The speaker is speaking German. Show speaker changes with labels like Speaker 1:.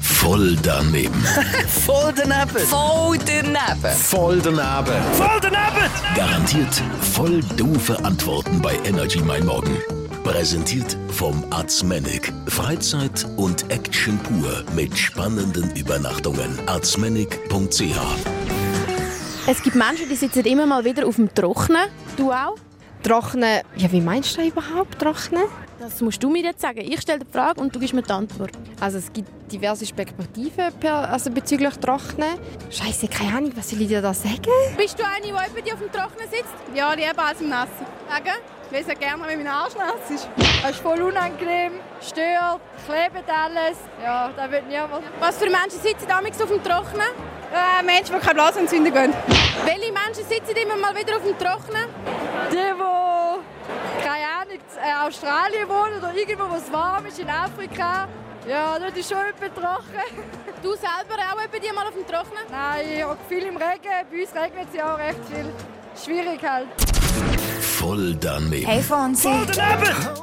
Speaker 1: Voll daneben.
Speaker 2: Voll daneben.
Speaker 3: Voll daneben.
Speaker 1: Voll daneben.
Speaker 2: Voll daneben.
Speaker 1: Garantiert voll doofe Antworten bei Energy Mein Morgen. Präsentiert vom Arzmenig. Freizeit und Action pur mit spannenden Übernachtungen. Arzmenig.ch
Speaker 4: Es gibt Menschen, die sitzen immer mal wieder auf dem Trocknen. Du auch?
Speaker 5: Trocknen. Ja, wie meinst du das überhaupt, trocknen?
Speaker 4: Das musst du mir jetzt sagen. Ich stelle die Frage und du gibst mir die Antwort.
Speaker 5: Also es gibt diverse Perspektiven per, also bezüglich Trocknen. Scheiße, keine Ahnung, was soll ich dir da sagen?
Speaker 6: Bist du eine, die über die auf dem Trocknen sitzt? Ja, lieber als im Nassen. Sagen? Ich lese gerne, wenn mein Arsch nass ist. Das ist voll unangenehm, stört, klebt alles. Ja, da wird niemand.
Speaker 7: Was für Menschen sitzen damals auf dem Trocknen?
Speaker 6: Äh, Menschen, die keine Blasenentzündung gehen.
Speaker 7: Welche Menschen sitzen immer mal wieder auf dem Trocknen?
Speaker 6: Die, die, keine Ahnung, in Australien wohnen oder irgendwo, wo es warm ist, in Afrika. Ja, dort ist schon jemand trocken.
Speaker 7: Du selber auch bei dir mal auf dem Trocknen?
Speaker 6: Nein, ich habe viel im Regen. Bei uns regnet es ja auch recht viel. Schwierig halt.
Speaker 1: Voll daneben.
Speaker 3: Hey, Fonsi.
Speaker 2: Voll daneben.